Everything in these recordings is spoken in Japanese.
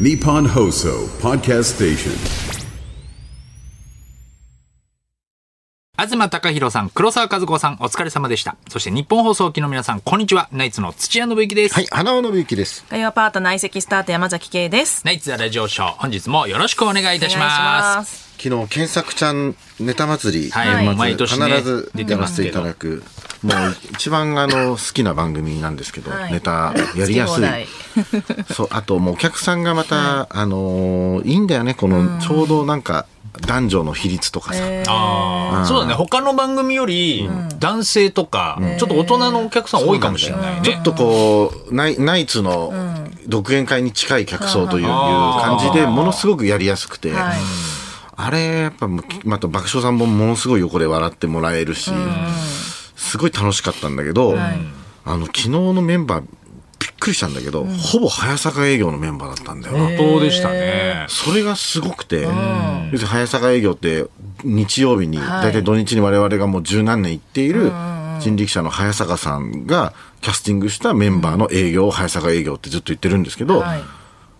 Nippon Hoso Podcast Station. 東隆弘さん、黒沢和子さん、お疲れ様でした。そして日本放送機の皆さん、こんにちは。ナイツの土屋信之です。はい、花尾信之です。火曜パート内席スタート山崎圭です。ナイツザラジオショー、本日もよろしくお願いいたしお願まいしす。す。昨日、検索ちゃんネタ祭り、はい毎年末年ね必ずやらせていただく、もう一番あの、好きな番組なんですけど、はいネタやりやすい。そう、あともうお客さんがまた、あのーいいんだよね、この、ちょうどなんか、男女の比率とかさ。あーそうだね。他の番組より、男性とか、ちょっと大人のお客さん多いかもしれないね。ちょっとこうナイナイツの独演会に近い客層といういう感じでものすごくやりやすくて、はいあれやっぱむまた爆笑さんもものすごい横で笑ってもらえるし、すごい楽しかったんだけど、あの昨日のメンバーびっくりしたんだけど、ほぼ早坂営業のメンバーだったんだよな。本当でしたね。それがすごくて、要するに早坂営業って日曜日に、大体土日に我々がもう十何年行っている人力車の早坂さんがキャスティングしたメンバーの営業を早坂営業ってずっと言ってるんですけど、はい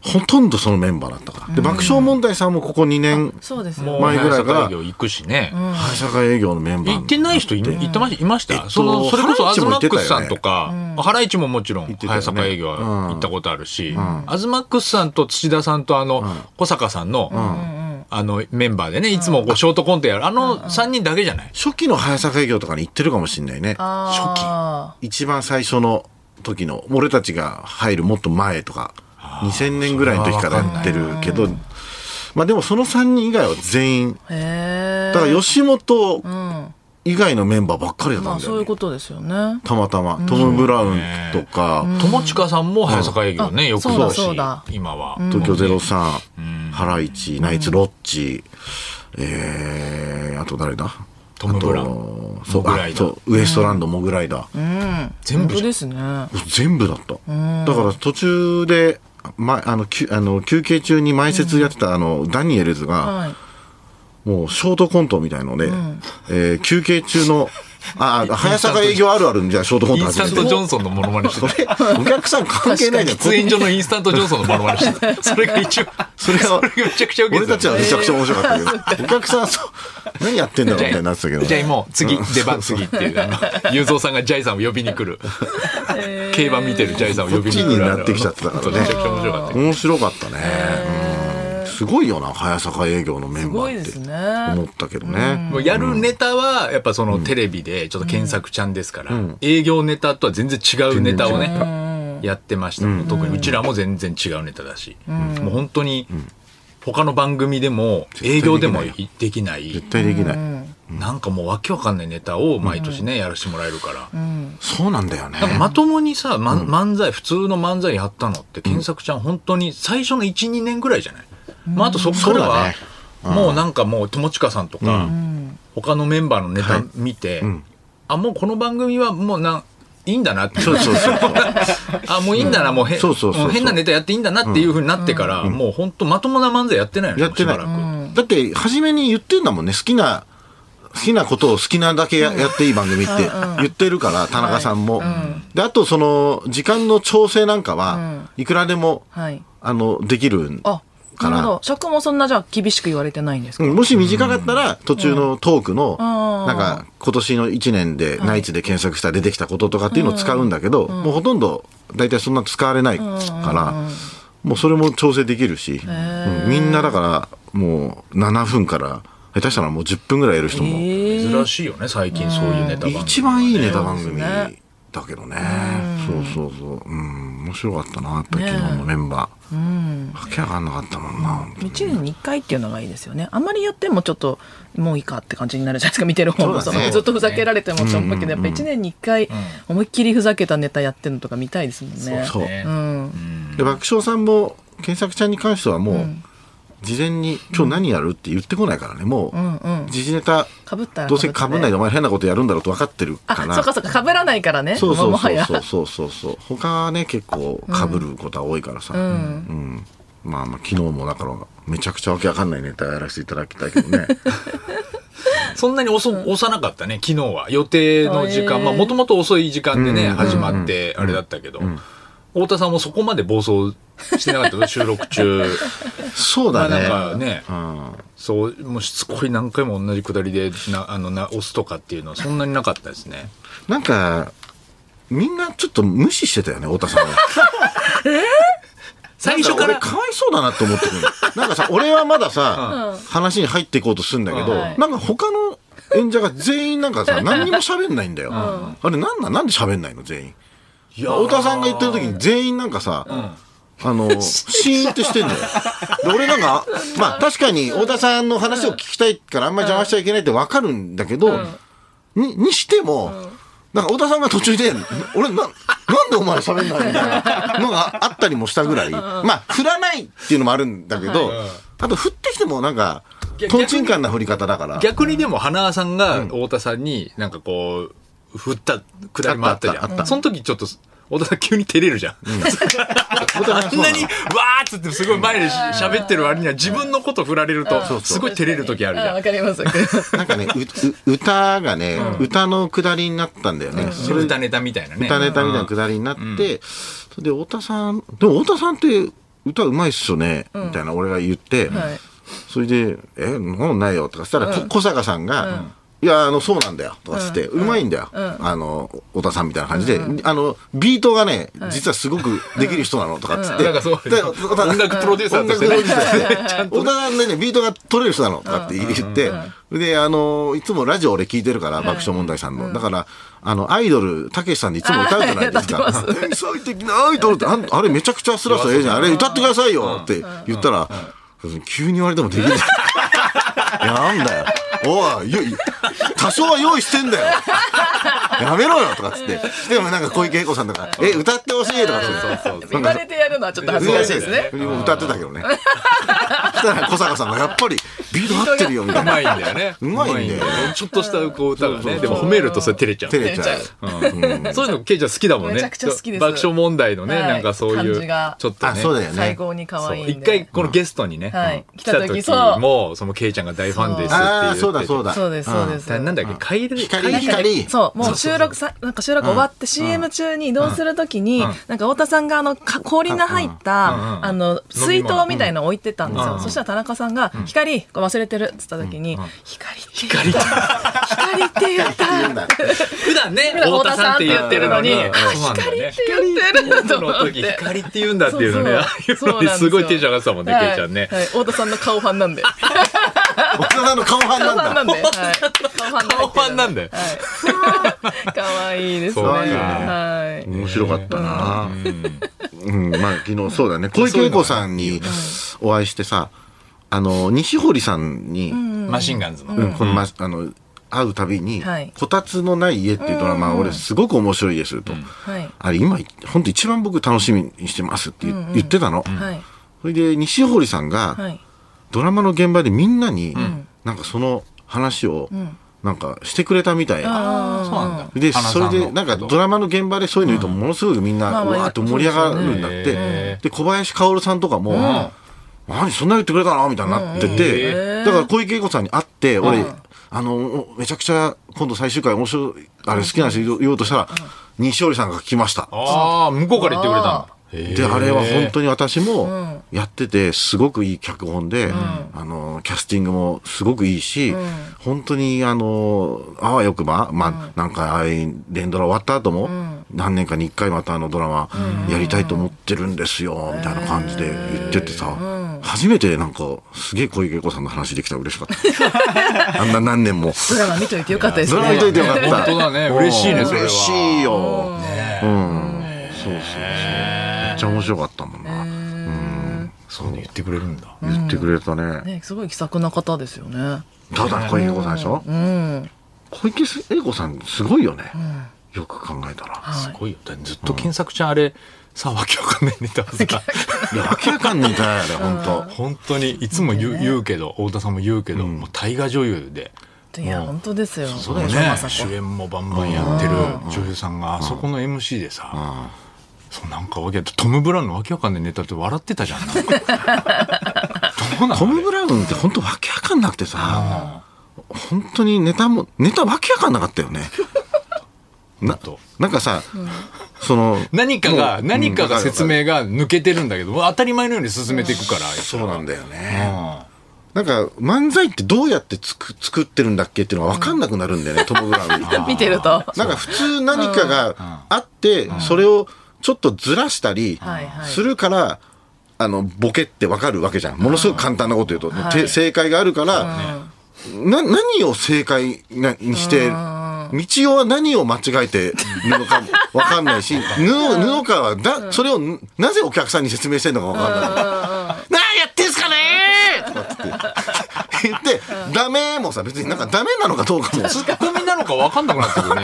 ほとんどそのメンバーだったから。で、爆笑問題さんもここ2年、そうですもよ。う前ぐらいから早坂営業行くしね。早坂営業のメンバー行ってない人い行ってましたいました、っとそのそれこそハラアイチズもマ行ッってたクよねスさんとか、ハライチももちろん、てたよ早ね坂営業はうん行ったことあるし、アズマックスさんと土田さんとあの、小坂さんの、あのメンバーでね、いつもこうショートコントやる、あの3人だけじゃない、初期の早坂営業とかに行ってるかもしれないね。初期。あ一番最初の時の俺たちが入るもっと前とか2000年ぐらいの時からやってるけどまあでもその3人以外は全員ーへだえ。から吉本うん。以外のメンバーばっかりだったまんあだそうよ、いうね、ことですよね。たまたまトム・ブラウンとか友近さんも早坂営業ね、うんよくそうだしそうだ今は、東京03ハライチナイツロッチえーあと誰だトムブラウンあとそうモグラあイダーそうウエストランドモグライダー全部本当じゃんですね。あ全部だった。だから途中で、ま、あの、きゅあの休憩中に前説やってたあの、ダニエルズはが、もうショートコントみたいので、えー休憩中の、あ、 あ早坂営業あるあるんじゃあショートコンイトンスタン始トめジョて。ンソンのモノマネして たお客さん関係ないじゃん。喫煙所のインスタントジョンソンのモノマネしてたそれが一番それがめちゃくちゃ受け俺てたたちはめちゃくちゃ面白か ったけど、お客さんそう、何やってんだろうみたいになってたけど。ジャイもう次出番次っていうあの 雄三さんがジャイさんを呼びに来る競馬見てるジャイさんを呼びに来るこっちになってきちゃってたからねめちゃくちゃ面白かった面白かったね。うんすごいよな、早坂営業のメンバーっすごいですてね思ったけどね。もうやるネタはやっぱそのテレビでちょっと検索ちゃんですから、営業ネタとは全然違うネタをねやってました、特にうちらも全然違うネタだし、もう本当に他の番組でも営業でもできない絶対できない。なんかもうわけわかんないネタを毎年ねやらせてもらえるから、そうなんだよね。なんかまともにさ、ま漫才、普通の漫才やったのって、検索ちゃん、本当に最初の1、2年ぐらいじゃない、まあ、あとそっからそうだは、ねもうなんかもう、友近さんとか、他のメンバーのネタ見て、あ、もうこの番組はもうなん、いいんだなって。そうそうそうそう。 あ、もういいんだな、もうへそうそうそうそうもう変なネタやっていいんだなっていうふうになってから、もう本当まともな漫才やってないよね、やってないしばらく。だって、初めに言ってんだもんね。好きな、好きなことを好きなだけややっていい番組って言ってるから、田中さんも。で、あと、その、時間の調整なんかは、いくらでも、はいあの、できるかなるほらど。。尺もそんなじゃあ厳しく言われてないんですか。うんもし短かったら、途中のトークの、あーなんか、今年の1年で、ナイツで検索したら出てきたこととかっていうのを使うんだけど、もうほとんど、大体そんな使われないから、もうそれも調整できるし、うんみんなだから、もう7分から、下手したらもう10分ぐらいやる人も、ええ。珍しいよね、最近そういうネタ番組、一番いいネタ番組そうですねだけどね。そうそうそう。うん、面白かったな、やっぱり昨日のメンバー。わけわかんなかったもんな、本当に一年に一回っていうのがいいですよね。あんまりやってもちょっともういいかって感じになるじゃないですか。見てる方そもうそだねのずっとふざけられてもと思うけど、やっぱ一年に一回思いっきりふざけたネタやってるのとか見たいですもんね。そう。ねうん。で爆笑さんも検索ちゃんに関してはもう、事前に今日何やるって言ってこないからねもう、時事ネタ被ったらどうせかぶんないででお前変なことやるんだろうと分かってるあ、からそうかそうか、被らないからね。そうそうもはそうや。そうそうそうそう他はね結構かぶることは多いからさ、うんまあまあ昨日もだからめちゃくちゃわけわかんないネタやらせていただきたいけど ねそんなに遅遅なかったね、昨日は。予定の時あ間、へーまあもともと遅い時間でね、始まって、あれだったけど、太田さんもそこまで暴走してなかったの 収録中。そうまだあなね。んかね、うんそう、もうしつこい何回も同じくだりで、な、あの、な、押すとかっていうのはそんなになかったですね。なんか、みんなちょっと無視してたよね、太田さん は。最初かなんらか、俺かわいそうだなって思っ てくる。なんかさ、俺はまださ、話に入っていこうとするんだけど、うんはいなんか他の演者が全員なんか さ、何にも喋んないんだよ。あれなんなんなんで喋んないの全員。いやー太田さんが言ってる時に全員なんかさ、あの、 シーンってしてんだよ。で、俺なんか、まあ確かに太田さんの話を聞きたいからあんまり邪魔しちゃいけないってわかるんだけど、に、にしても、なんか太田さんが途中で、俺な、なんでお前喋んないみたい なのがあったりもしたぐらい、まあ振らないっていうのもあるんだけど、あと振ってきてもなんか、逆とにんちんかんな振り方だから。逆にでも、花輪さんが太田さんになんかこう、振ったくだりもあったじあったあったあゃったん。その時ちょっと、太田さん急に照れるじゃん。あんなに、わーっつってすごい前でし喋ってる割には自分のこと振られると、すごい照れる時あるじあゃん。わかりますわかります。なんかね、うう歌がね、歌の下りになったんだよね。それ歌ネタみたいなね。歌ネタみたいなくだりになって、それで太田さんでも太田さんって歌うまいっすよね、みたいな俺が言って、はい。それで「えそんなことないよ」とかしたら、こ小坂さんが「いやあのそうなんだよ」とかつって、うまいんだよ、あの太田さんみたいな感じで、あのビートがね実はすごくできる人なのとかっつって、なんかそう、で太田音楽プロデューサー音と楽してプロねデューサーで、小田さんでね、ビートが取れる人なのとかって言って、で、あの、いつもラジオ俺聞いてるから、爆笑問題さんの。だから、あの、アイドル、たけしさんでいつも歌うじゃないですあか。歌って 天才的なアイドルって、あんあれめちゃくちゃスラスラええじゃん。あれ歌ってくださいよって言ったら、急に言われてもできない。 いや、なんだよ。おい、よ多少は用意してんだよ。やめろよとかっつって。でもなんか小池栄子さんとか、え、歌ってほしいとかっつってそうそうそう言われてやるのはちょっと恥ずかしいですね。歌ってたけどね。そしたら小坂さんがやっぱりビート合ってるよみたういな。まいんだよね。うまいんだよねちょっとしたこう歌がね。でも褒めるとそれ照れちゃう。照れちゃう。うんそういうのケイちゃん好きだもんね。めちゃくちゃ好きです爆笑問題のね、はいなんかそうい感じうが、ちょっとあね。そうだよね最高に可愛いんそうで。一回このゲストにね、はいうん来来たた時時も、そのケイちゃんが大ファンですって言ってああ、そうだそうだ。そうですそうです。だなんだっけ、カイル、光カイル光そう、もう収録さ、なんか収録終わって、CM 中に移動するときに、なんか太田さんがあのか氷が入った、うんあの水筒みたいなの置いてたんですうよ。んそしたら田中さんが、光忘れてるっつったときに、光って言う光って光って言った言うんだ普段ね、段太田さんって言ってるのに、うんそうなんだよね。光って言ってるとそ思のっ時、て。光って言うんだっていうのね、ああいうそうそうのそうなんにですよすごいテンション上がってたもんね、ケイちゃんねは。いはい太田さんの顔ファンなんで。大人の顔ファン顔ファなンんなだん。で。はい顔顔ファンなんでで。はい。可愛いですね。そうだよねはい。面白かったな。うん、まあ昨日そうだね。小池栄子さんにお会いしてさ、あの、西堀さんに、マシンガンズの。うんこのま、あの、会うたびにはい、こたつのない家っていうドラマ、俺すごく面白いですと。はい。あれ今、本当一番僕楽しみにしてますって言言ってたの。はい。それで西堀さんが、はい。ドラマの現場でみんなに、なんかその話を、なんかしてくれたみたい。そうなんだ。で、花さそれので、なんかドラマの現場でそういうの言うと、ものすごくみんまな、あうまあわーっと盛り上がるんだっそうですよねて。で、小林薫さんとかも、何そんな言ってくれたのみたいになってて、だから小池栄子さんに会って、俺、あの、めちゃくちゃ今度最終回面白い、あれ好きな人言おうとしたら、西織さんが来ました。ああ、向こうから言ってくれたの。へーで、あれは本当に私もやってて、すごくいい脚本で、あの、キャスティングもすごくいいし、本当に、あの、あわよくば、まあ、なんか、ああいう連ドラ終わった後も、何年かに一回またあのドラマやりたいと思ってるんですよ、みたいな感じで言っててさ、初めてなんか、すげえ小池栄子さんの話できたら嬉しかった。あんな何年も。ドラマ見といてよかったですドね。ラマ見といてよかった。本当だね嬉しいねそれは嬉しいよ。うん。そうそうそう。めっちゃ面白かったもんな。そういうの言ってくれるんだ。言ってくれたね。ね、すごい気さくな方ですよね。ただ小池栄子さんでしょうん。小池栄子さんすごいよね。よく考えたら。すごいよ。だってずっと検索ちゃんあれ、さあ、わけわかんないネタをさ。いや、明らかに似たよね、ほんと。本当に、いつも言う,、言うけど、太田さんも言うけど、もう大河女優で。いや、本当ですよ。そうね、主演もバンバンやってる女優さんがあそこの MC でさ、そうなんかわけトム・ブラウンのわけわかんないネタって笑ってた じゃんなんかどうなトム・のブラウンってほんとわけわかんなくてさ、本当にネタも、ネタわけわかんなかったよね。なななんかさ、その何かもが、う何かうんわがるわる説明が抜けてるんだけど、当たり前のように進めていくから。そうなんだよね、うんなんか漫才ってどうやってつく作ってるんだっけっていうのが分かんなくなるんだ よね、トム・ブラウン見て見てると。なんか普通何かがあって、それをちょっとずらしたりはいはいするから、あのボケってわかるわけじゃんものすごく簡単なこと言うと、はいて正解があるから、な何を正解なにして道夫は何を間違えてるのかわかんないし布布川はだそれをなぜお客さんに説明してるのかわかんない。なあやってんすかねーとかって 言って言って、ダメもさ、別になんかダメなのかどうかも。ツッコミなのか分かんなくなってくるね。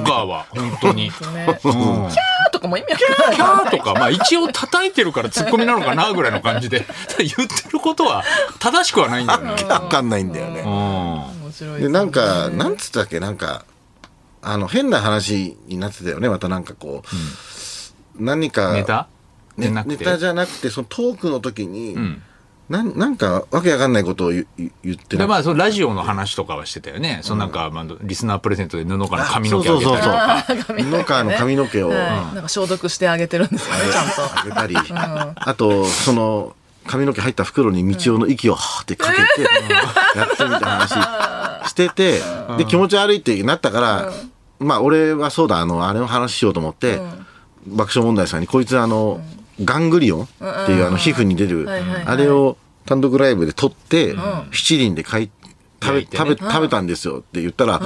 布川は。本当に。ね、キャーとかも意味わかんない。キャーとか、まあ一応叩いてるからツッコミなのかなぐらいの感じで、ただ言ってることは正しくはないんだよね。わかんないんだよね。う面白いで、なんか、なんつったっけ、なんか、あの、変な話になってたよね、またなんかこう。何か、ん。ネタねじゃなくネて。タじゃなくて、そのトークの時にん、なんなんか、わけわかんないことを言言言っでてなまあ、そのラジオの話とかはしてたよね。そのなんか、まあ、リスナープレゼントで布から髪の毛あげたそうりそうとそうか。そう。布川の 髪の毛を、はい、なんか消毒してあげてるんですよね、ちゃんと。あげたり、あと、その、髪の毛入った袋に道夫の息をはーってかけて、やってみた話してて、で、気持ち悪いってなったから、まあ、俺はそうだ、あの、あれの話しようと思って、爆笑問題さんに、こいつあの、ガングリオンっていうあの、皮膚に出るはいはいはい、あれを単独ライブで撮って、七輪でかい食べ、焼いてね食べ、食べたんですよって言ったら、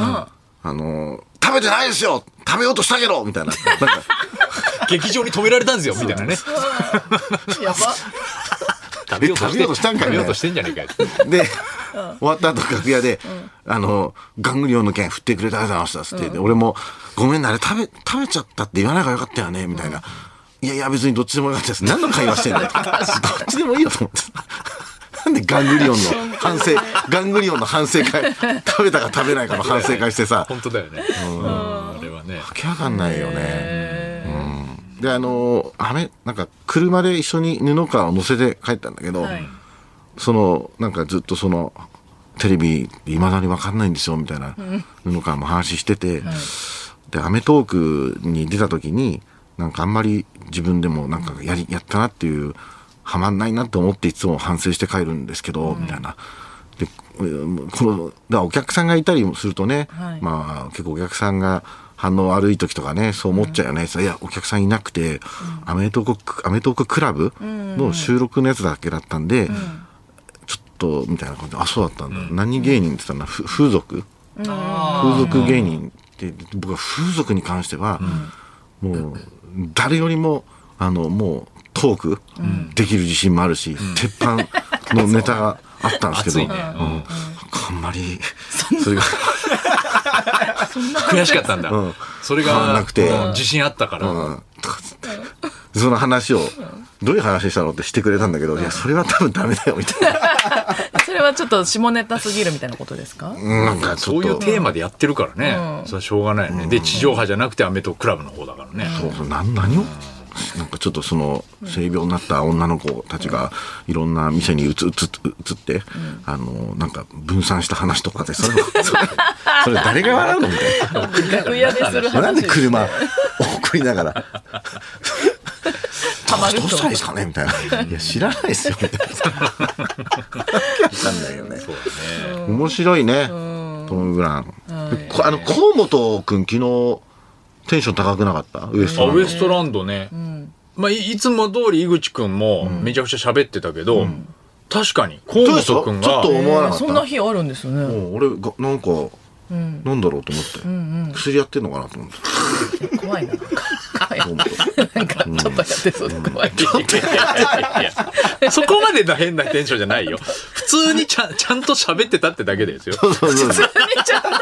あの、食べてないですよ食べようとしたけどみたいな。なんか劇場に止められたんですよ、みたいなね。やば。食べようと食べようとしたんかい食ねべようとしてんじゃねえかよ。 で、終わった後楽屋で、あの、ガングリオンの件振ってくれてありがとうございましたっつって、で俺も、ごめんな、あれ食べ、食べちゃったって言わないからよかったよね、みたいな。いやいや、別にどっちでもよかったです。何の会話して んのどっちでもいいよと思って。なんでガングリオンの反省、ガングリオンの反省会、食べたか食べないかの反省会してさ、本当だよね。うんあれはね。わけわかんないよね。うんで、あの、雨、なんか、車で一緒に布川を乗せて帰ったんだけど、はいそのなんかずっとそのテレビいまだに分かんないんですよみたいな布川も話してて、で『アメトーーク』に出た時になんかあんまり自分でもなんかやりやったなっていうはまんないなと思っていつも反省して帰るんですけど、みたいな。でうんこのだからお客さんがいたりもするとね、はいまあ結構お客さんが反応悪い時とかねそう思っちゃうよね、いやお客さんいなくて、アメトークアメトーククラブの収録のやつだけだったんで、ちょっとみたいな感じであそうだったんだ、何芸人って言ったのふ風俗風俗芸人って僕は風俗に関しては、もう誰よりもあのもうトークできる自信もあるし、鉄板のネタがあったんですけ熱ど、いねうんあんまりそれが悔しかったんだうん。それ変わんが、なくてうん自信あったから。うんとかつってその話をどういう話したのってしてくれたんだけど、いやそれは多分ダメだよみた いなそれはちょっと下ネタすぎるみたいなことですかうんなんかちそょっういうとテーマでやってるからね。それはしょうがないよね。で、地上波じゃなくてアメとクラブの方だからね。そうそうなん何をなんかちょっとその性病になった女の子たちがいろんな店に移移移って、あのなんか分散した話とかでそれそれ それ誰が笑うのみたいな。楽屋でするなん話で車送りなが らたまるどうしたらいいでと。すかねみたいな。いや、知らないです よ、みたいな。わかんないよね。面白いね、トム・ブラウン。でこあの、河本くん、昨日、テンション高くなかったウエスあトランウドエストランドね、まあ、いいつも通り井口くんもめちゃくちゃ喋ってたけど、確かに河そうでしょ本くんちょがっと思わなかった。そんな日あるんですうね。ん俺が、なんか、なんだろうと思って。薬やってんのかなと思って。怖いな。なんか怖い河本なんかちょっとやってそうで怖い。いやいやそこまでの変なテンションじゃないよ普通にちゃんちゃんと喋ってたってだけですよそうそうそう。ちゃんと喋っ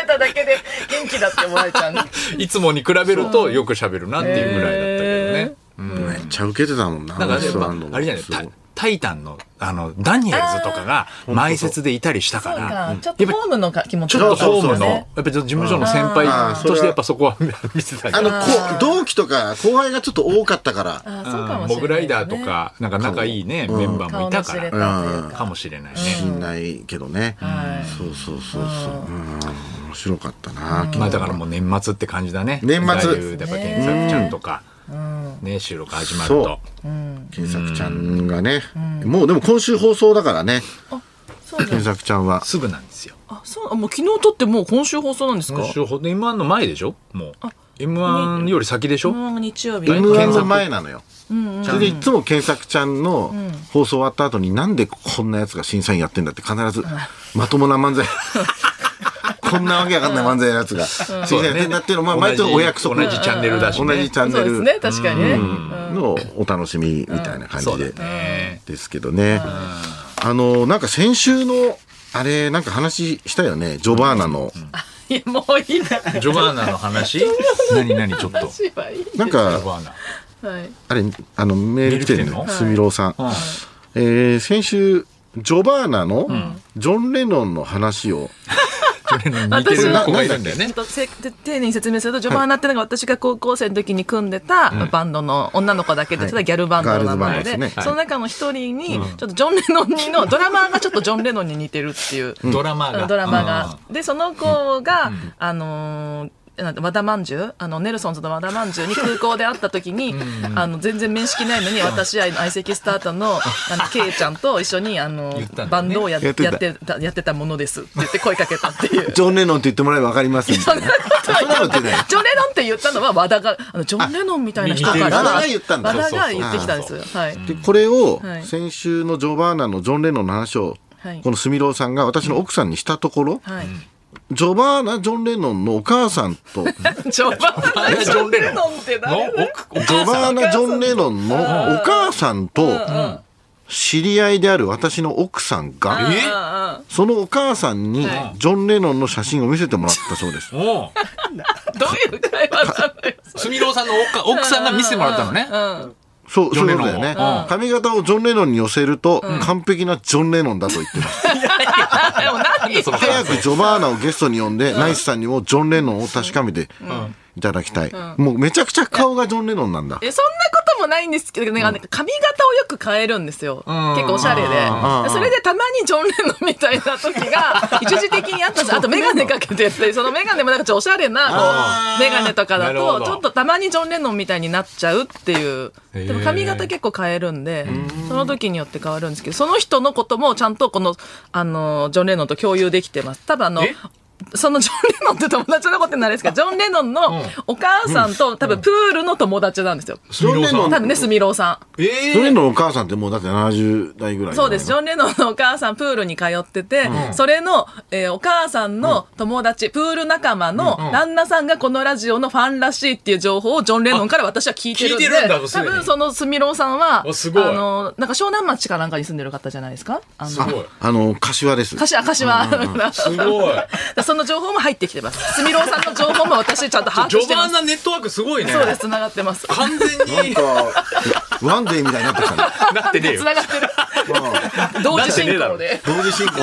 てただけで元気だってもらえちゃうんですいつもに比べるとよく喋るなっていうぐらいだったけどね、めっちゃウケてたもんな、だウかエストらラやンドっも。ぱあれじゃないすごいたタイタンの、あの、ダニエルズとかが、前説でいたりしたかそうら、かやっちょぱっとホームのか気持ちちょっとがホームの、そうやねっぱちょっと事務所の先あー輩としてやっぱそこは見てたあけど、のこう同期とか後輩がちょっと多かったからあそうかもしれない、ね、モグライダーとか、なんか仲いいね、メンバーもいたか顔の知れらた、というかもしれないね。信頼けどね、はいそうそうそうそう、うん、面白かったな、まあだからもう年末って感じだね。年末太夫だから検索ちゃんとか、ね、収録始まると。検索ちゃんがね、もうでも今週放送だからねそうじゃん検索ちゃんはすぐなんですよ。あそうあもう昨日撮ってもう今週放送なんですか今週ほど M1 の前でしょもう。M1 より先でしょうん日曜日 m 検1索の前なのよそれでいつも検索ちゃんの放送終わった後になんでこんなやつが審査員やってんだって必ずまともな漫才 こんなわけわかんない漫才のやつが審査員やってんだっていうのまあ毎同回じお約束同じチャンネルだしね同じチャンそネうですルね確かにね、うんのお楽しみみたいな感そじうでだね。ですけどねあのなんか先週のあれなんか話したよねジョバーナのいやもういいなジョバーナの 話何何ちょっと。ジ話はいいなんョかバーナ。はいあれあのメール来てるメール来てんののすみろうさんうんえー先週ジョバーナのジョン・レノンの話を、ジョレノン似てる子がいるんだよちょねっ。とせ丁寧に説明するとジョバーナってのが私が高校生の時に組んでたバンドの女の子だけで、いそれはギャルバンドの名前ガールでズバンドですねはいその中の一人に、ちょっとジョン・レノンにのドラマーがちょっとジョン・レノンに似てるっていう、ドラマが。ドラマが。でその子が、あのーなんて和田まんじゅうあのネルソンズの和田まんじゅうに空港で会った時に、あの全然面識ないのに私は相席スタートのあのケイちゃんと一緒にあの、言ったんだバよねンドをやややっってたてたやってたものですって言って声かけたっていう ジョン・レノンって言ってもらえば分かりますみ たいな。そんなことない。ジョン・レノンって言ったのは和田が、あのジョン・レノンみたいな人かあら。和田が言ったんだ和田そうそうがそう言ってきたんですよ。はい。でこれをはい先週のジョバーナのジョン・レノンの話を、はいこのスミローさんが私の奥さんにしたところ、はい。ジョバーナ・ジョン・レノンのお母さんと、ジジョバーナ・ジョン・レノンっての誰奥奥ョバーナ・ジョン・レノンのお母さんと、知り合いである私の奥さんが、えそのお母さんにはジョン・レノンの写真を見せてもらったそうです。おうどういう会話なのよ。スミローさんの奥か奥さんが見せてもらったのね。そう、ジョンそういレうノこンをとだよねう。ん髪型をジョン・レノンに寄せると、完璧なジョン・レノンだと言ってます。でも何その早くジョバーナをゲストに呼んで、ナイスさんにもジョン・レノンを確かめていただきたい。もうめちゃくちゃ顔がジョン・レノンなんだ。えそんなこともないんですけど、ねなんか髪型をよく変えるんですよ。結構おしゃれで。それでたまにジョン・レノンみたいな時が、 一時的にあったんですあとメガネかけてやって、そのメガネもなんかちょっとおしゃれな、こうメガネとかなだるほと、どちょっとたまにジョン・レノンみたいになっちゃうっていう。へーでも髪型結構変えるんで、その時によって変わるんですけど、その人のこともちゃんとこの、あの、ジョン・レノンと共有できてます。多分あのえ、そのジョン・レノンって友達のことになるんですけ ど、ジョン・レノンのお母さんと多分プールの友達なんですよ。スミローさんジョンレノ多分ね、スミローさん。えジョン・レえノンのお母さんってもうだって70代ぐらいじゃそなういのです。ジョン・レノンのお母さん、プールに通ってて、それの、えーお母さんの友達、プール仲間の旦那さんがこのラジオのファンらしいっていう情報をジョン・レノンから私は聞いてるんで、あ聞いてるんだもうすで多に分そのスミローさんは、あすごいあの、なんか湘南町かなんかに住んでる方じゃないですかあの、すごい。あの、柏です。柏、柏。 すごい。その情報も入ってきてます。スミローさんの情報も私ちゃんと把ジ握しョてバまー す。ナネットワークすごいね。そうです、繋がってます。完全にワンデーみたいになってきたね。なってねえよ。繋がってる。同時進行で。同時進行。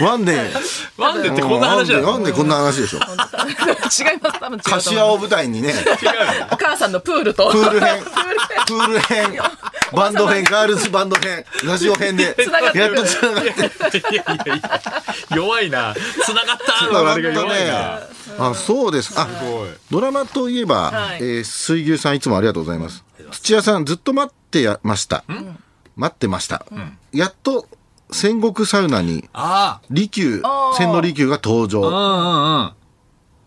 ワンデー。ワンデーってこんな話だワンデーこんな話でしょ。 違います、多分違うと思います。柏を舞台にね、お母さんのプールと。プール編、プール編、バンド編、ガールズバンド編、ラジオ編で、繋がってるやっと繋がってるいやいやいや弱いな。繋がった繋があったれがね弱いな。。あ、そうですか。あおいドラマといえば、はいえー水牛さんいつもありがとうございます。土屋さんずっと待ってやました。待ってました。やっと戦国サウナにあ利休、千の利休が登あ。場。うんうんうん。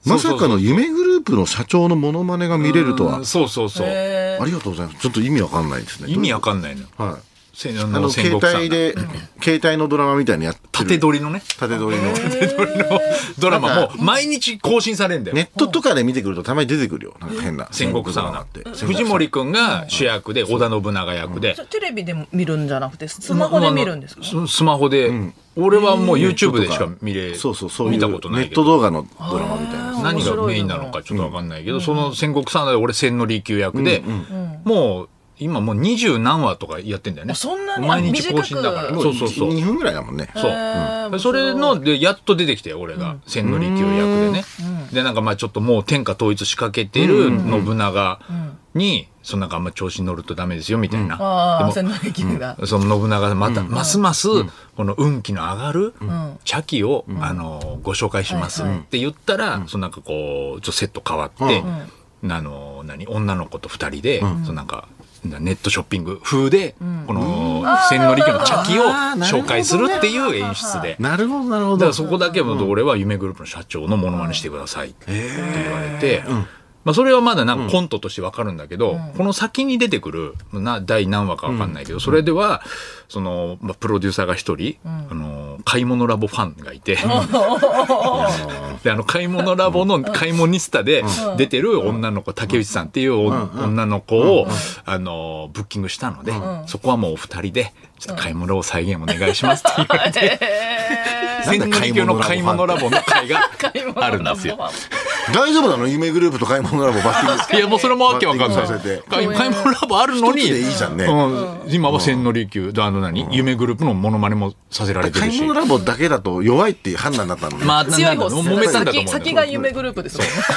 まさかの夢グループの社長のモノマネが見れるとは。そうそうそう。えーありがとうございます。ちょっと意味わかんないですね。意味わかんないのよ。はい。せああの、の携戦国さ帯んが。で、携帯のドラマみたいにやってる。縦取りのね。縦取りの。縦取りのドラマも毎日更新されんだよネ。ットとかで見てくるとたまに出てくるよ。なんか変な。戦国サウナっってて。藤森くんが主役で織田信長役でそれテレビでも見るんじゃなくて、スマホで見るんですかまああのススマホで、俺はもう YouTube でしか見れそうそう、そういう見たことないネけットど動画のドラマみたいな。何がメインなのかちょっとわかんないけど、その戦国サウナで俺千利休役で、もう今もう二十何話とかやってんだよね。あそんなに毎日更新だかあら。短もそうそうそう。 2分ぐらいだもんね。そうへーそれのでやっと出てきたよ俺が、千利休役でね、でなんかまあちょっともう天下統一しかけてる信長に、そんなんかあんま調子に乗るとダメですよみたいな、ああ、で千も利休が。 その信長がまた、ますますこの運気の上がる茶器を、あのご紹介しますはいはいって言ったら、そのなんかこうちょっとセット変わって、あの何女の子と二人で、そのなんかネットショッピング風で、この千利休の茶器を紹介するっていう演出で。なるほど、なるほだかどら。そこだけは俺は夢グループの社長のモノマネしてくださいって言われて、まあ、それはまだなんかコントとしてわかるんだけど、この先に出てくるな第何話かわかんないけど、それではその、まあ、プロデューサーが一人、あの買い物ラボファンがいて、 であの買い物ラボの買い物ニスタで出てる女の子竹内さんっていうお女の子をあのブッキングしたので、そこはもうお二人で「ちょっと買い物を再現お願いします」って言われて。へ千人級の買い物ラボの会があるんですよ。大丈夫なの夢グループと買い物ラボバッティング。 いやもうそれもわけわかんない。バッティングさせて買い買い物ラボあるのに、一つでいいじゃんねう今は千利休、あの何、夢グループのモノマネもさせられてる買いし。物ラボだけだと弱いっていう判断だったのね。まあ、強いなん方だろう揉めたんだと思う先んだけ先どが夢グループですよね。普通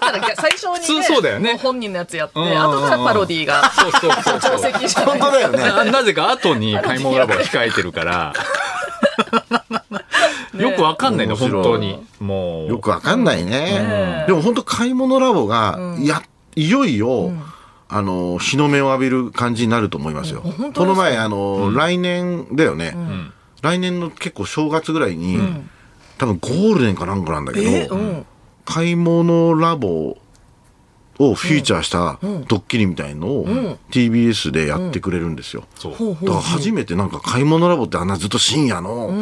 だったら最初に、ね、普通そうだよねも本人のやつやって、んうんうん後からパロディーがそうそうそう そう定石じゃない本当だよね。ななぜか後に買い物ラボが控えてるから。よくわかんないの、面白本当いに。もう。よくわかんないね。でも本当買い物ラボが、や、いよいよ、あの、日の目を浴びる感じになると思いますよ。この前、あの、来年だよね。来年の結構正月ぐらいに、多分ゴールデンかなんかなんだけえどう、ん、買い物ラボをフィーチャーしたドッキリみたいのを TBS でやってくれるんですよ。そうだから初めてなんか買い物ラボってあんなずっと深夜の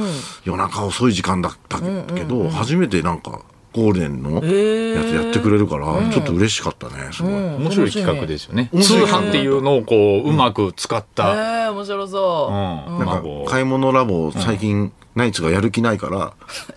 夜中遅い時間だったけど、初めてなんかゴールデンのやつやってくれるからちょっと嬉しかったねすごい、面白い企画ですよね。面通白いね販っていうのをこう、うまく使っえた。ー、面白そうう。ん。なんまあかこう買い物ラボを最近ナイツがやる気ないから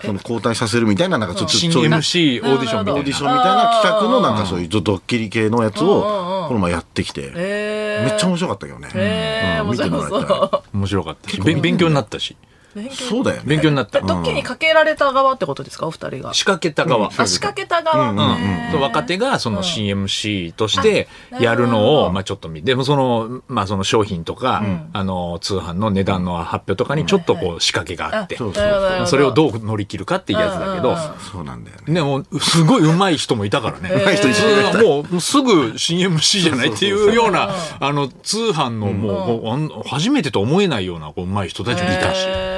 その交代させるみたいななんかちょっと新そういうオー MC オーディションみたいな。ディションみたいな企画のなんかそういうドッキリ系のやつをこの前やってきてめえー、っちゃ面白かったけどね、えー、うん面見ても白らいそ。たいう面白かったし、勉勉強になったし、勉強そうだよね勉強になった。ドッキリかけられた側ってことですか、お二人が。仕掛けた側。あ、仕掛けた側うんね。そう若手がその CMC としてやるのを、まあちょっと見、でもその、まあその商品とか、あの、通販の値段の発表とかにちょっとこう仕掛けがあって、そうなるほどなるほどそれをどう乗り切るかっていうやつだけど、そうなんだよねね、もうすごい上手い人もいたからね。若い人一緒にやりたいもうすぐ CMC じゃないっていうような、あの、通販のもうこうあん、初めてと思えないようなこう上手い人たちもいたし。え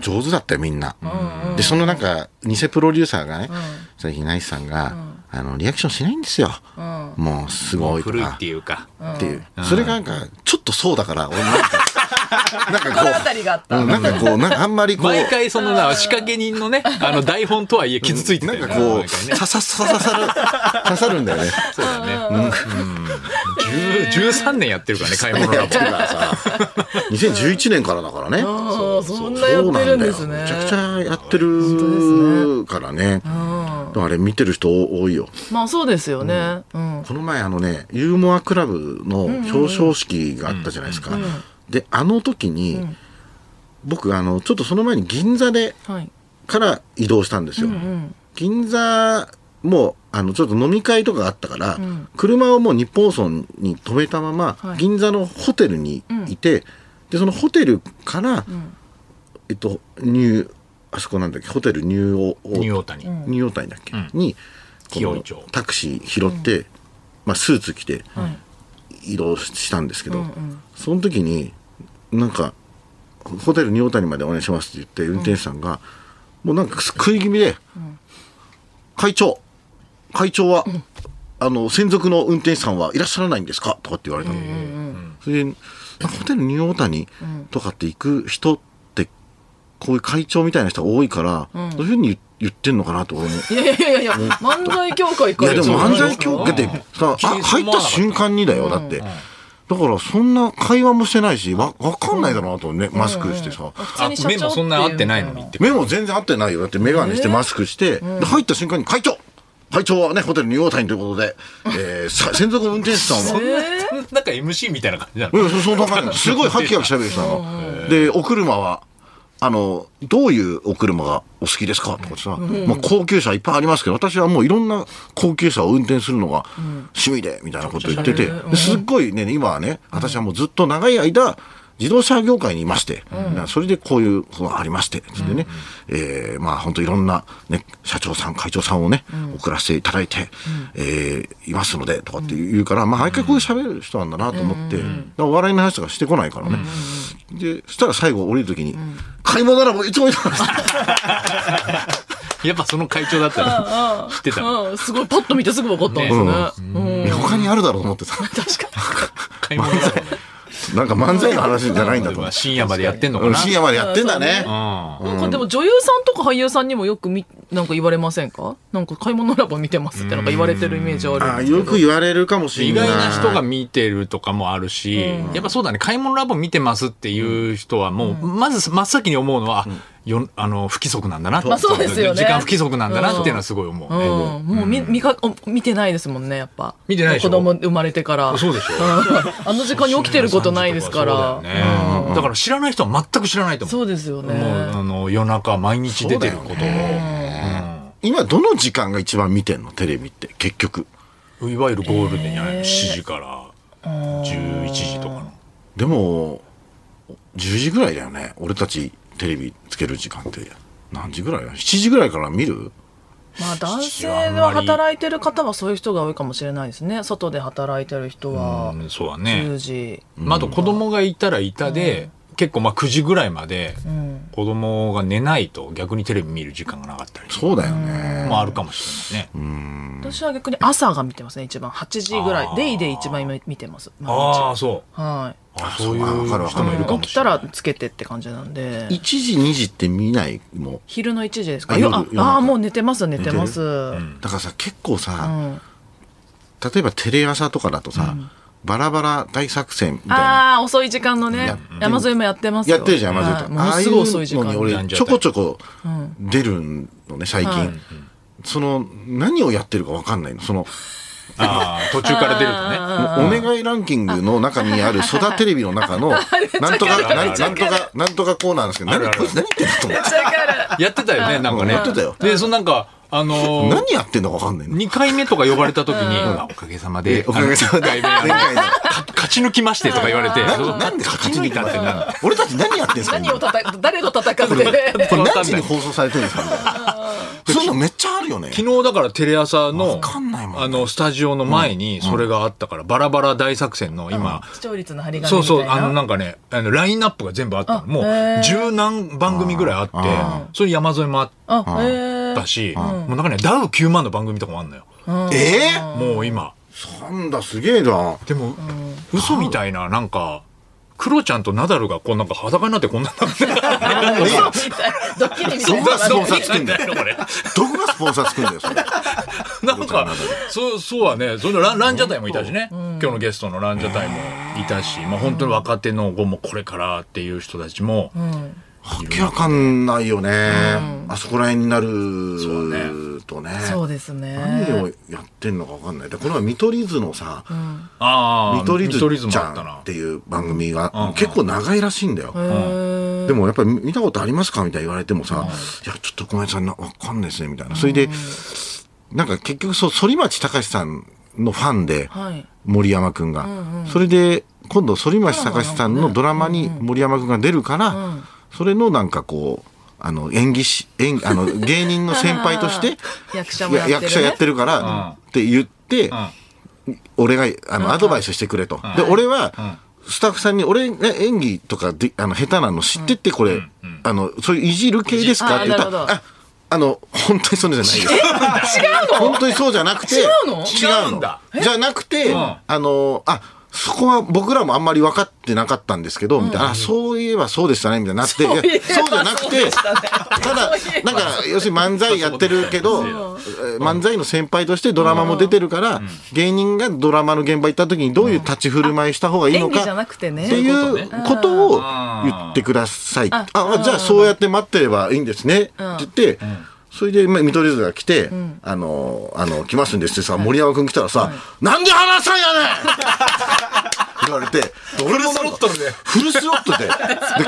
上手だったよみんな、でそのなんか偽プロデューサーがね、最近ナイスさんが、あのリアクションしないんですよ、もうすごいと古いっかていうか。っていう、それがなんかちょっとそうだから俺なんかなんー、心当かたりがあっこう、た。うんなんかこうなんかあんまりこう毎回そのな仕掛け人のね、あの台本とはいえ傷ついてたなよんねかこう毎回ね刺さ刺さる刺さるんだよねそうだね。うん10 13年やってるからね、買い物ラボ。 2011年からだからねそうそんなやそうってなんるんだでよすねめちゃくちゃやってるからねあれ見てる人多いよまあそうですよね。うん。この前あのねユーモアクラブの表彰式があったじゃないですか、であの時に、僕あのちょっとその前に銀座ではい。から移動したんですよ、銀座もあのちょっと飲み会とかあったから、車をもう日本放送に止めたまま、はい銀座のホテルにいて、でそのホテルから、えっとニューあそこなんだっけホテルニューオーニューオータニ。ニューヨータニだっけ、にこ清の井町タクシー拾って、まあ、スーツ着て移動したんですけど、その時になんか「ホテルニューオータニまでお願いします」って言って運転手さんが、もうなんか食い気味で「会長会長は、あの専属の運転手さんはいらっしゃらないんですか?」とかって言われたの、それでなんかホテルニューオータニとかって行く人ってこういう会長みたいな人が多いから、そういうふうに言ってんのかなと俺もいやいやいやいや、漫才協会いからやでもそう漫才協会でさあ気にして入もっらわなかったた瞬間にだよだって、だからそんな会話もしてないしわわかんないだろうなとねマスクしてさ、普通あに、目社長もってそんな合ってないのにって。目も全然合ってないよだって眼鏡してマスクして、で入った瞬間に会長会長はねホテルニューオータニということで、えー、さ専属運転手さんはえなんか MC みたいな感じなうのん、そそ んな感じ。すごいハキハキ喋る人なの。で、お車は、あの、どういうお車がお好きですかとかさ、まあ、高級車いっぱいありますけど、私はもういろんな高級車を運転するのが趣味で、みたいなこと言ってて、ですっごいね、今はね、私はもうずっと長い間、自動車業界にいまして、それでこういうことがありまして、つってね、えーまあ本当いろんな、ね、社長さん、会長さんをね、送らせていただいて、えーいますので、とかって言うから、まあ毎回こういう喋る人なんだなと思って、だからお笑いの話とかしてこないからね。で、そしたら最後降りるときに、買い物ならもういつもいたんですやっぱその会長だったら知ってたのうん、すごいパッと見てすぐ分かったんですね。うんえ他にあるだろうと思ってさ、確か買い物だもんねなんか漫才の話じゃないんだと思まあって。深夜までやってんのかうんな深夜までやってんだね。うんに。なんかでも女優さんとか俳優さんにもよくみなんか言われませんかなんか買い物ラボ見てますってなんか言われてるイメージあるんですあけど。あよく言われるかもしれ意ない。外な人が見てるとかもあるし、やっぱそうだね、買い物ラボ見てますっていう人は、もう、まず真っ先に思うのは、よあの、不規則なんだなってまあそうですよね時間不規則なんだなっていうのはすごい思うね。うん、もうみ見かお見てないですもんねやっぱ見てないでしょ子供生まれてからそうでしょうんあの時間に起きてることないですからそうだよねだから知らない人は全く知らないと思う。そうですよねもう、あの、夜中毎日出てることを。今どの時間が一番見てんのテレビって、結局。うんいわゆるゴールデンじゃないの ?7 時から11時とかの。でも10時ぐらいだよね俺たちテレビつける時間って何時ぐらいだ7時ぐらいから見るまあ男性は働いてる方はそういう人が多いかもしれないですね外で働いてる人はうんそうだね。 10時、まあ、あと子供がいたらいたで、結構まあ9時ぐらいまで子供が寝ないと逆にテレビ見る時間がなかったりそうだよねもあるかもしれないね。私は逆に朝が見てますね一番8時ぐらあいーデイで一番今見てます毎ああ、日そう。はあそういうわかるわか人るもいるかいも起きしれたない。らつけてって感じなんで1時2時って見ないもん昼の1時ですかあよ夜あ夜あーもう寝てます寝てますだからさ結構うさ、ん例えばテレ朝とかだとさ、バラバラ大作戦みたいなああー、遅い時間のやっねて。山添もやってますよ。やってるじゃん、まず、はいものすごい遅い時ああ間いうのに。に や俺んじゃちったょりこちょこ出るのね最近、その何をやってるか分かんないのそのああ、途中から出るとね。お願いランキングの中にある、ソダテレビの中 の、なんとか、わかなるんなんとか、なんとかコーナーなんですけど、ある何あるこいつ何言ってんのと思ってだから、やってたよね、なんかね。やってたよで、そのなんか、あのー、何やってんのか分かんない の。 2回目とか呼ばれた時に、まあおかげさまで、おかげさまであの一回目 前回のか勝ち抜きましてとか言われて、何そう なんで勝ち抜いたっ勝ちて抜いな俺たち何やってんですか何を今叩く、誰と戦って、 これわか何ん時なにい放送されてるんですかみたいなそういうのめっちゃあるよね。昨日だからテレ朝の、かんないもんねあの、スタジオの前にそれがあったから、バラバラ大作戦の今、視聴率の張り紙そうみそたう、いあの、な。なんかね、あの、ラインナップが全部あったの。もう、十何番組ぐらいあって、それ山添もあっあ、ええたし、もうなんかね、ダウ9万の番組とかもあんのよ。えーもう今。なんだ、すげえな。でも、嘘みたいな、なんか、クロちゃんとナダルがこうなんか裸になってこんな感じで。嘘みたいな ドッキリみた いな。スポンサーつくんだよ、これ。どこがスポンサーつくんだよ、それ。なんか、そう、そうはね、そのランランジャタイもいたしね、今日のゲストのランジャタイもいたし、まあ本当に若手の後もこれからっていう人たちも、わけわかんないよね。あそこら辺になるとね。そうですね。何をやってんのかわかんない。でこの前見取り図のさ、ああ、見取り図図もちあゃったんっなて。いう番組が結構長いらしいんだよ。うんでもやっぱり見たことありますかみたいな言われてもさ、いや、ちょっとごめんなさい、なわかんないですね、みたいな。それで、なんか結局そう、反町隆史さんのファンで、はい。森山くんが。それで、今度反町隆史さんのドラマに森山くんが出るから、それのなんかこう、あの、演技し、演技、 あの、芸人の先輩として、役者いもやっやてる役ね。者やってるから、って言って、俺があのアドバイスしてくれと。で、俺は、スタッフさんに、俺が演技とかであの下手なの知ってて、これ、あの、そういういじる系ですかって言ったあなるら、ほどあ、あの、本当にそうじゃない よ。本当にそうじゃなくて、違うの違うんだじゃなくて、んあの、あ、そこは僕らもあんまり分かってなかったんですけど、みたいな、あ、そういえばそうでしたね、みたいになって、いやそういえばそうじゃなくて、ただ、なんか、要するに漫才やってるけど、えー漫才の先輩としてドラマも出てるから、芸人がドラマの現場行った時にどういう立ち振る舞いした方がいいの演技かじゃなくてね。っていうことを言ってください。あ、あじゃあそうやって待ってればいいんですね。って言って、それで、まあ、見取り図が来て、あの、あの、来ますんですってさ、森山くん来たらさ、なんで話さんやねん言われて、フ俺もルスロットルでフルスロッ トルで。で、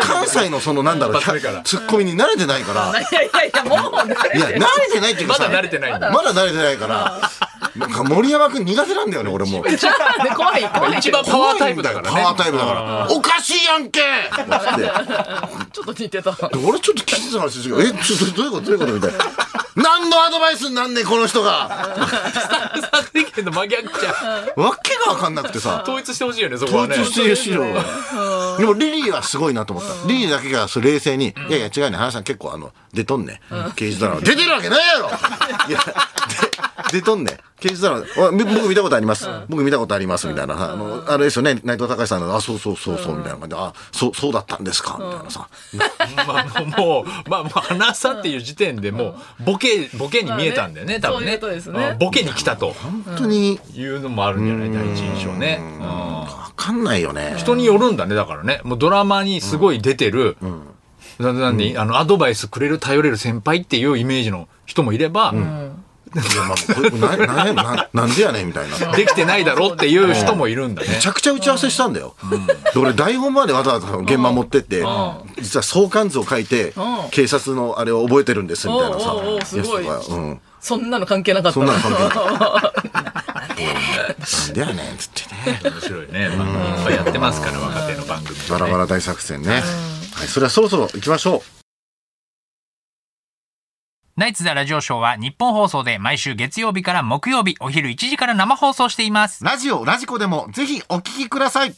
関西のその、なんだろう、一発目からツッコミに慣れてないから、いやいやいや、も う慣いれや、慣てれる。てないっていうかさ、まだ慣れてないんだまだ慣れてない から、なんか森山くん苦手なんだよね、俺 も。じゃあね、怖い、怖い。一番パワータイプだからねパワータイプだから。おかしいやんけって。ちょっと似てた。で俺ちょっと聞いてた話ですけど、え、ちょっとどういうことどういうことみたいな。何のアドバイスになんねん、この人が。作権の真逆じゃんわけがわかんなくてさ。統一してほしいよねそこは統ね一してる資料が。でもリリーはすごいなと思った。リリーだけがそう冷静に、いやいや違うね、花さん結構あの、出とんね。刑事ドラマ。出てるわけないや ろいや、で出とんね。刑事ドラマ。あみ僕見たことあります。僕見たことあります、みたいな。あの、あれですよね、内藤隆さんの、あ、そうそうそうそう、みたいな感じで、あ、そう、そうだったんですか、みたいなさ。まあもうもうまあもう話さっていう時点でもうボケボケに見えたんだよねま多分あねそういねうことですねうんボケに来たと本当に、いうのもあるんじゃない第一印象ねうんわかんないよね。人によるんだねだからねもうドラマにすごい出てる、ななんで、あのアドバイスくれる頼れる先輩っていうイメージの人もいれば、いやまあこれななななんでやねんみたいな。めできてないだろっていう人もいるん だね、ちゃくちゃ打ち合わせしたんだよ。で俺台本までわざわざ現場持ってって、実は相関図を書いて、警察のあれを覚えてるんですみたいなさおうおうおう。すごいやつとかうん。そんなの関係なかった。そんなの関係ない 係なんでやねんっつってね。面白いね、まあ、いっぱいやってますから若手の番組、ね、バラバラ大作戦ね。はい、それはそろそろ行きましょう。ナイツザラジオショーは日本放送で毎週月曜日から木曜日お昼1時から生放送しています。ラジオ、ラジコでもぜひお聞きください。